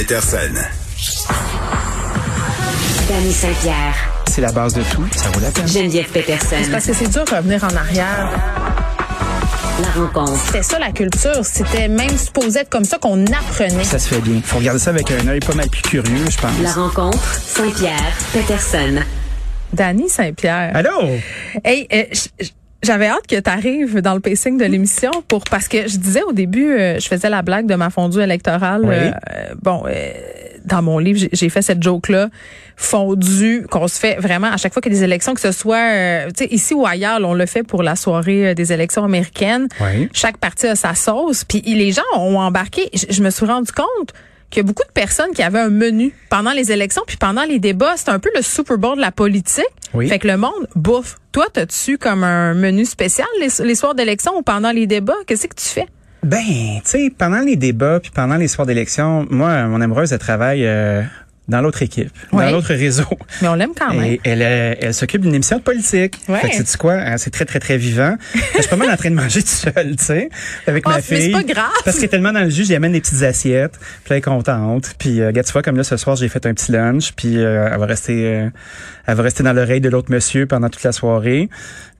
Peterson. Danny Saint-Pierre, C'est la base de tout. Ça vaut la peine. Geneviève Peterson. Parce que c'est dur de revenir en arrière. La rencontre. C'était ça la culture. C'était même supposé être comme ça qu'on apprenait. Ça se fait bien. Faut regarder ça avec un œil pas mal plus curieux, je pense. La rencontre. Saint-Pierre, Peterson. Dany Saint-Pierre. Allô? Hey, euh, j- j- j'avais hâte que tu arrives dans le pacing de l'émission pour parce que je disais au début, euh, je faisais la blague de ma fondue électorale. Oui. Euh, euh, bon, euh, dans mon livre, j'ai- j'ai fait cette joke-là fondue qu'on se fait vraiment à chaque fois qu'il y a des élections, que ce soit euh, tu sais, ici ou ailleurs, là, on le fait pour la soirée euh, des élections américaines. Oui. Chaque parti a sa sauce. Puis il- les gens ont embarqué. J- Je me suis rendu compte qu'il y a beaucoup de personnes qui avaient un menu pendant les élections puis pendant les débats. C'est un peu le Super Bowl de la politique. Oui. Fait que le monde bouffe. Toi, t'as-tu comme un menu spécial les, les soirs d'élection ou pendant les débats? Qu'est-ce que tu fais? Ben, tu sais, pendant les débats puis pendant les soirs d'élection, moi, mon amoureuse, elle travaille euh, dans l'autre équipe, dans Oui. l'autre réseau. Mais on l'aime quand même. Et elle, euh, elle s'occupe d'une émission de politique. Ah, Ouais. Fait que tu quoi, hein, c'est très très très vivant. Je suis pas mal en train de manger tout seul, tu sais, avec Oh, ma mais c'est fille. pas grave. Parce qu'elle est tellement dans le jus, j'amène des petites assiettes, puis elle est contente. Puis euh, regarde, tu vois comme là ce soir, j'ai fait un petit lunch, puis euh, elle va rester euh, elle va rester dans l'oreille de l'autre monsieur pendant toute la soirée.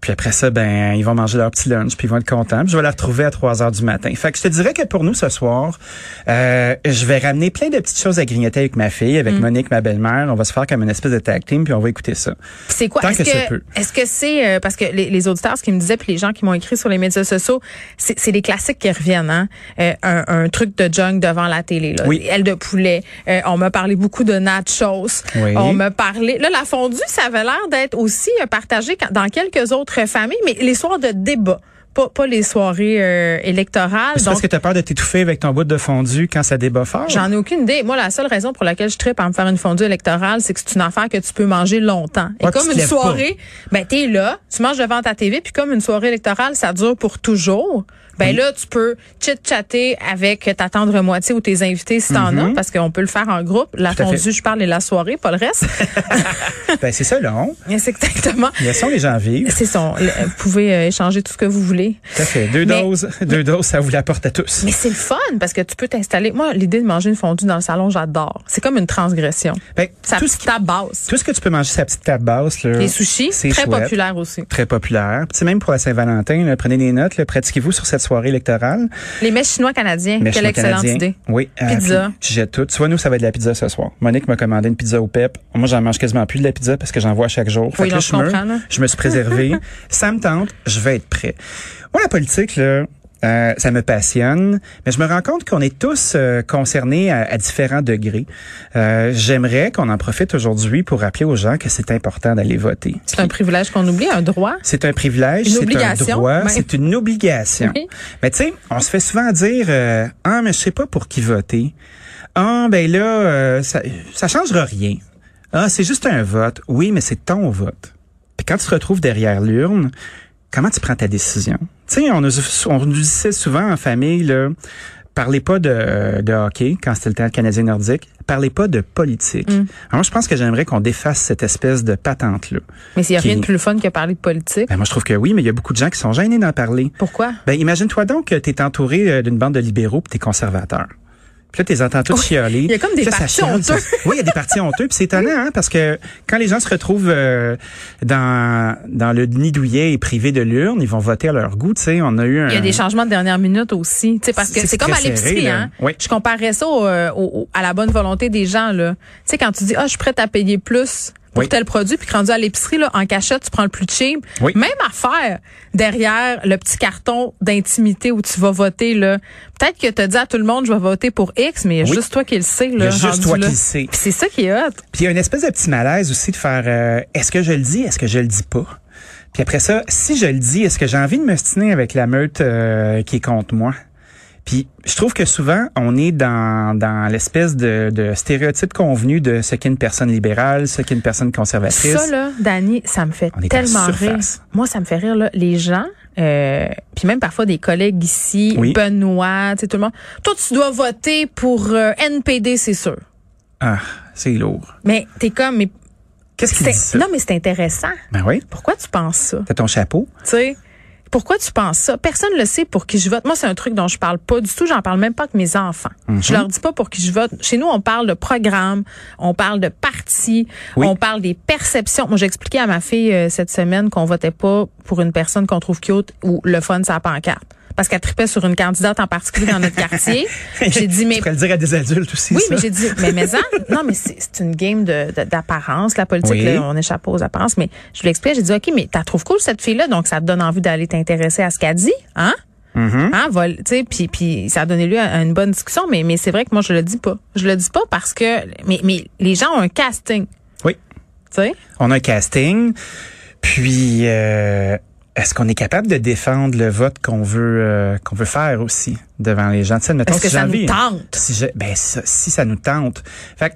Puis après ça, ben ils vont manger leur petit lunch, puis ils vont être contents. Puis je vais la retrouver à 3 heures du matin. Fait que je te dirais que pour nous ce soir, euh, je vais ramener plein de petites choses à grignoter avec ma fille, Mm. avec Monique, ma belle-mère. On va se faire comme une espèce de tag team, puis on va écouter ça. C'est quoi? Tant Est-ce que ça peut. est-ce que c'est euh, parce que les, les auditeurs, ce qu'ils me disaient, puis les gens qui m'ont écrit sur les médias sociaux, c'est c'est les classiques qui reviennent, hein? Euh, un, un truc de junk devant la télé, là. Oui. Des Ailes de poulet. Euh, on m'a parlé beaucoup de nachos. Oui. On m'a parlé. Là, la fondue, ça avait l'air d'être aussi euh, partagé quand- dans quelques autres familles, mais les soirs de débat. Pas, pas les soirées euh, électorales. C'est Donc, parce que t'as peur de t'étouffer avec ton bout de fondu quand ça débat fort? J'en ai aucune idée. Moi, la seule raison pour laquelle je tripe à me faire une fondue électorale, c'est que c'est une affaire que tu peux manger longtemps. Et Ah, tu comme te une lèves pas. soirée, ben t'es là, tu manges devant ta TV, puis comme une soirée électorale, ça dure pour toujours. Ben là, tu peux chit-chatter avec ta tendre moitié ou tes invités si t'en as, parce qu'on peut le faire en groupe. La Mm-hmm. Tout à fait. fondue, je parle, et la soirée, pas le reste. Ben, c'est ça, long. Mais c'est exactement. Laissons les gens vivre. C'est son. le- Vous pouvez euh, échanger tout ce que vous voulez. Tout à fait. Deux Mais- doses, deux doses, ça vous l'apporte à tous. Mais c'est le fun parce que tu peux t'installer. Moi, l'idée de manger une fondue dans le salon, j'adore. C'est comme une transgression. Ben, Ça tout, ce qui- ta base. tout ce que tu peux manger, sa petite table basse, là. Les Euh, sushis, c'est très chouette, populaire aussi. Très populaire. Puis, tu sais, même pour la Saint-Valentin, là, prenez des notes, là, pratiquez-vous sur cette soirée électorale. Les mets chinois canadiens, Mais quelle chez le excellente Canadien, idée. Oui. euh, Pizza. puis tu jettes tout. Tu vois, nous, ça va être de la pizza ce soir. Monique m'a commandé une pizza au pep. Moi, j'en mange quasiment plus de la pizza parce que j'en vois chaque jour. Fait que non, là, je je, me- comprends, là. je me suis préservé. ça me tente, je vais être prêt. Moi, la politique, là, euh, ça me passionne, mais je me rends compte qu'on est tous euh, concernés à, à différents degrés. Euh, J'aimerais qu'on en profite aujourd'hui pour rappeler aux gens que c'est important d'aller voter. C'est un privilège qu'on oublie, un droit. C'est un privilège, Une c'est un obligation, droit, même. c'est une obligation. Oui. Mais tu sais, on se fait souvent dire euh, ah mais je sais pas pour qui voter. Ah ben là euh, ça ça changera rien. Ah c'est juste un vote. Oui, mais c'est ton vote. Puis quand tu te retrouves derrière l'urne, comment tu prends ta décision Tu sais, on nous on nous disait souvent en famille là Parlez pas de, euh, de hockey quand c'était le temps canadien nordique. Parlez pas de politique. Mm. Alors moi, je pense que j'aimerais qu'on défasse cette espèce de patente-là. Mais il n'y a Qui- rien de plus fun que parler de politique. Ben, moi, je trouve que oui, mais il y a beaucoup de gens qui sont gênés d'en parler. Pourquoi? Ben, imagine-toi donc que t'es entouré euh, d'une bande de libéraux puis t'es conservateur. Puis là, t'es entends tous Oui. chialer. Il y a comme des Puis là, ça partis chiale, ça- honteux. Oui, il y a des partis honteux. Puis c'est étonnant, hein, parce que quand les gens se retrouvent euh, dans, dans le nid douillet et privés de l'urne, ils vont voter à leur goût. Tu sais, on a eu un... Il y a des changements de dernière minute aussi. Tu sais, parce que C'est c'est comme à très serré, l'épicerie. là. Hein? Oui. Je comparais ça au, euh, au- au- à la bonne volonté des gens. là. Tu sais, quand tu dis, ah, je suis prête à payer plus pour Oui. tel produit, puis que rendu à l'épicerie, là, en cachette, tu prends le plus cheap. Oui. Même affaire derrière le petit carton d'intimité où tu vas voter. là. Peut-être que tu as dit à tout le monde, je vais voter pour X, mais il y a Oui. juste toi qui le sais. Là, Il y a juste rendu toi là. qui le sais. Puis c'est ça qui est hot. Puis il y a une espèce de petit malaise aussi de faire euh, est-ce que je le dis, est-ce que je le dis pas? Puis après ça, si je le dis, est-ce que j'ai envie de me stiner avec la meute euh, qui est contre moi? Puis je trouve que souvent, on est dans, dans l'espèce de, de stéréotype convenu de ce qu'est une personne libérale, ce qu'est une personne conservatrice. Ça, là, Dani, ça me fait On est tellement en rire. surface. Moi, ça me fait rire, là. Les gens, euh, puis même parfois des collègues ici, Oui. Benoît, tu sais, tout le monde. Toi, tu dois voter pour euh, NPD, c'est sûr. Ah, c'est lourd. Mais t'es comme, mais Qu'est-ce qui dit c'est- ça? non, mais c'est intéressant. Ben oui, Pourquoi tu penses ça? t'as ton chapeau. Tu sais? Pourquoi tu penses ça? Personne ne le sait pour qui je vote. Moi, c'est un truc dont je parle pas du tout. J'en parle même pas avec mes enfants. Mhm. Je leur dis pas pour qui je vote. Chez nous, on parle de programme, on parle de parti, Oui. on parle des perceptions. Moi, j'expliquais à ma fille euh, cette semaine qu'on votait pas pour une personne qu'on trouve cute ou le fun sa pancarte. Parce qu'elle tripait sur une candidate en particulier dans notre quartier. J'ai dit, mais Tu pourrais le dire à des adultes aussi. oui, ça. mais j'ai dit, mais mais hein, non, mais c'est c'est une game de- de- d'apparence, la politique, Oui. là, on échappe aux apparences, mais je lui expliquais, j'ai dit, OK, mais t'as trouves cool cette fille-là, donc ça te donne envie d'aller t'intéresser à ce qu'elle dit, hein? Mm-hmm. Hein, vol, tu sais, puis, puis ça a donné lieu à une bonne discussion, mais, mais c'est vrai que moi, je le dis pas. Je le dis pas parce que, mais, mais les gens ont un casting, tu Oui. sais. On a un casting. Puis, euh, est-ce qu'on est capable de défendre le vote qu'on veut euh, qu'on veut faire aussi devant les gens? Tu sais, admettons, Est-ce si que ça j'ai nous envie- tente? Si, je- ben, ça- si ça nous tente. Fait que,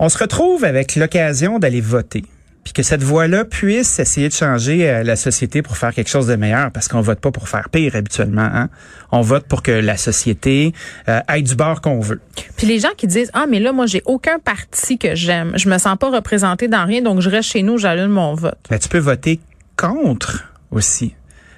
on se retrouve avec l'occasion d'aller voter. Puis que cette voix-là puisse essayer de changer euh, la société pour faire quelque chose de meilleur, parce qu'on vote pas pour faire pire habituellement. hein. On vote pour que la société euh, aille du bord qu'on veut. Puis les gens qui disent ah mais là moi j'ai aucun parti que j'aime, je me sens pas représentée dans rien donc je reste chez nous, j'allume mon vote. Mais Ben, tu peux voter contre aussi.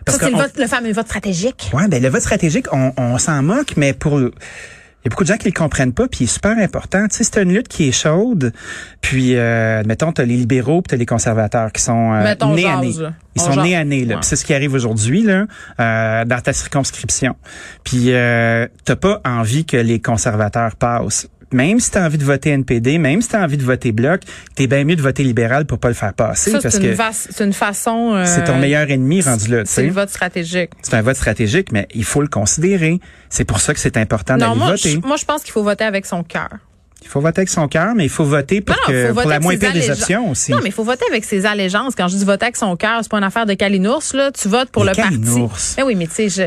Ça c'est que le, on- vote- le fameux vote stratégique. Ouais, ben le vote stratégique, on, on s'en moque, mais pour il y a beaucoup de gens qui le comprennent pas, puis il est super important. Tu sais, c'est une lutte qui est chaude. Puis, euh, admettons, t'as les libéraux, puis t'as les conservateurs qui sont euh, Mettons, on nés à jase, nez. là. Ils On sont jase. nés à nez, là. Ouais. Puis c'est ce qui arrive aujourd'hui, là, euh, dans ta circonscription. Puis, euh, t'as pas envie que les conservateurs passent. Même si t'as envie de voter NPD, même si t'as envie de voter bloc, t'es bien mieux de voter libéral pour pas le faire passer, Ça, parce c'est une, que vaste- c'est une façon. euh, c'est ton meilleur ennemi rendu là. tu C'est sais. le vote stratégique. C'est un vote stratégique, mais il faut le considérer. C'est pour ça que c'est important Non, d'aller moi, voter. je, moi, je pense qu'il faut voter avec son cœur. Il faut voter avec son cœur, mais il faut voter pour, Non, non, que, faut voter pour la avec moins ses pire des allégeances. options aussi. Non, mais il faut voter avec ses allégeances. Quand je dis voter avec son cœur, c'est pas une affaire de calinours, là. Tu votes pour Les le calinours. parti. Mais oui, mais tu sais, je.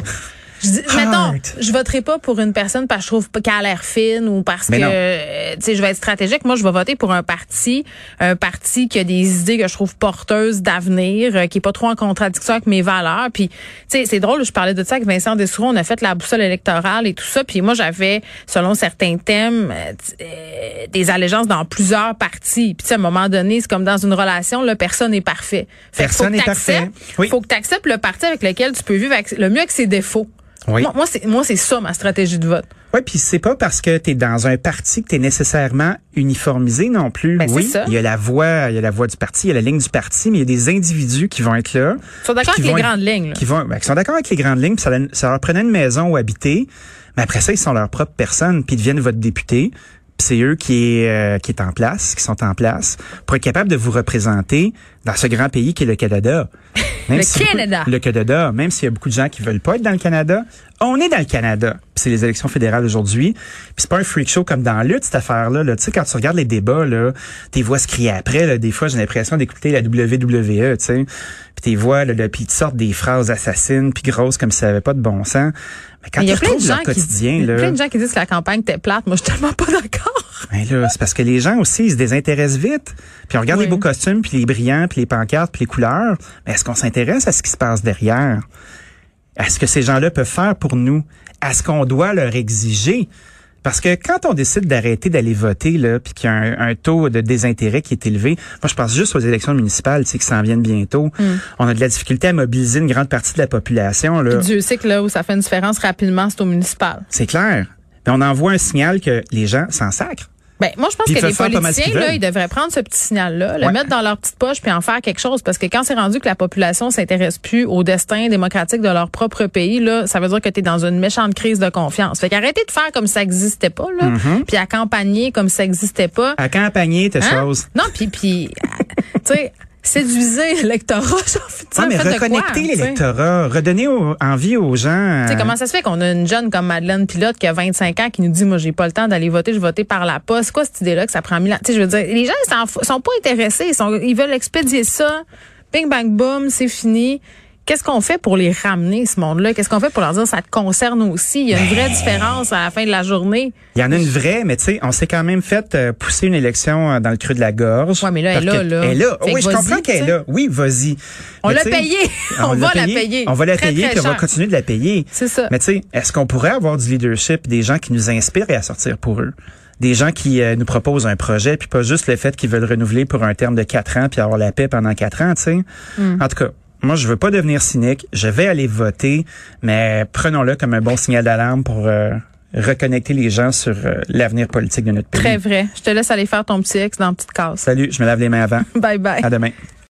Je dis, Heart. mettons, je voterai pas pour une personne parce que je trouve pas qu'elle a l'air fine ou parce Mais que non. euh, tu sais je vais être stratégique. Moi, je vais voter pour un parti, un parti qui a des idées que je trouve porteuses d'avenir, euh, qui est pas trop en contradiction avec mes valeurs. Puis, tu sais, c'est drôle, je parlais de ça avec Vincent Dessoureau, on a fait la boussole électorale et tout ça. Puis moi, j'avais, selon certains thèmes, euh, t- euh, des allégeances dans plusieurs partis. Puis tu sais, à un moment donné, c'est comme dans une relation, là, personne n'est parfait. Fait que faut Personne que n'est t'acceptes- parfait. Oui. Faut que tu acceptes le parti avec lequel tu peux vivre avec- le mieux avec ses défauts. Oui. Moi, moi, c'est moi c'est ça ma stratégie de vote. Oui, puis c'est pas parce que tu es dans un parti que tu es nécessairement uniformisé non plus. Ben, c'est oui, ça. il y a la voix, il y a la voix du parti, il y a la ligne du parti, mais il y a des individus qui vont être là. Ils sont d'accord puis qui avec les vont être- grandes lignes, là. Qui vont ben, qui sont d'accord avec les grandes lignes, puis ça, donne- ça leur prenait une maison où habiter, mais après ça ils sont leur propre personne, puis ils deviennent votre député. Puis c'est eux qui est euh, qui est en place, qui sont en place pour être capable de vous représenter dans ce grand pays qui est le Canada. Même Le si beaucoup- Canada. le Canada, même s'il y a beaucoup de gens qui veulent pas être dans le Canada, on est dans le Canada. Puis c'est les élections fédérales aujourd'hui. Puis c'est pas un freak show comme dans la lutte cette affaire là, là. tu sais quand tu regardes les débats là, tes voix se crier après là, des fois j'ai l'impression d'écouter la WWE, tu sais. Puis tes voix là, là puis ils te sortent des phrases assassines puis grosses comme si ça avait pas de bon sens. Mais quand Mais il tu y a plein de retrouves gens leur qui quotidien il y a là, plein de gens qui disent que la campagne était plate. Moi, je suis tellement pas d'accord. ben là, c'est parce que les gens aussi, ils se désintéressent vite. Puis on regarde Oui. les beaux costumes, puis les brillants, puis les pancartes, puis les couleurs. Mais est-ce qu'on s'intéresse à ce qui se passe derrière? À ce que ces gens-là peuvent faire pour nous? À ce qu'on doit leur exiger? Parce que quand on décide d'arrêter d'aller voter, là, puis qu'il y a un, un taux de désintérêt qui est élevé, moi je pense juste aux élections municipales, tu sais, qui s'en viennent bientôt. Mm. On a de la difficulté à mobiliser une grande partie de la population. Là. Dieu sait que là où ça fait une différence rapidement, c'est au municipal. C'est clair. Mais on envoie un signal que les gens s'en sacrent. Ben, moi, je pense Puis ils que les peuvent faire pas mal ce politiciens, qu'ils là, veulent. ils devraient prendre ce petit signal-là, le Ouais. mettre dans leur petite poche puis en faire quelque chose. Parce que quand c'est rendu que la population s'intéresse plus au destin démocratique de leur propre pays, là, ça veut dire que tu es dans une méchante crise de confiance. Fait qu'arrêtez de faire comme ça n'existait pas, là, Mm-hmm. puis à campagner comme ça n'existait pas. À campagner tes Hein? choses. Non, puis, puis euh, tu sais, séduisez l'électorat, j'ai envie de dire, Ah, mais faites de quoi, hein, reconnecter tu sais. l'électorat, redonner au- envie aux gens. euh, Tu sais, comment ça se fait qu'on a une jeune comme Madeleine Pilote qui a 25 ans qui nous dit moi j'ai pas le temps d'aller voter, je vais voter par la poste. C'est quoi cette idée là que ça prend mille ans Tu sais, je veux dire les gens ils s'en fou- sont pas intéressés, ils sont ils veulent expédier ça. Bing bang boom, c'est fini. Qu'est-ce qu'on fait pour les ramener ce monde-là Qu'est-ce qu'on fait pour leur dire ça te concerne aussi Il y a une Ben. vraie différence à la fin de la journée. Il y en a une vraie, mais tu sais, on s'est quand même fait euh, pousser une élection euh, dans le creux de la gorge. Ouais, mais là, elle Parce est que- là, là. Elle est là. Fait oui, que je vas-y, comprends qu'elle tu est sais. là. Oui, vas-y. On Mais l'a tu sais, payé. On va la payer. On va la Très, payer, très puis on va cher. continuer de la payer. C'est ça. Mais tu sais, est-ce qu'on pourrait avoir du leadership, des gens qui nous inspirent et à sortir pour eux? Des gens qui euh, nous proposent un projet, puis pas juste le fait qu'ils veulent renouveler pour un terme de quatre ans, puis avoir la paix pendant quatre ans, tu sais. En tout cas, Moi, je veux pas devenir cynique. Je vais aller voter, mais prenons-le comme un bon signal d'alarme pour euh, reconnecter les gens sur euh, l'avenir politique de notre pays. Très vrai. Je te laisse aller faire ton petit ex dans la petite case. Salut, je me lave les mains avant. Bye bye. À demain.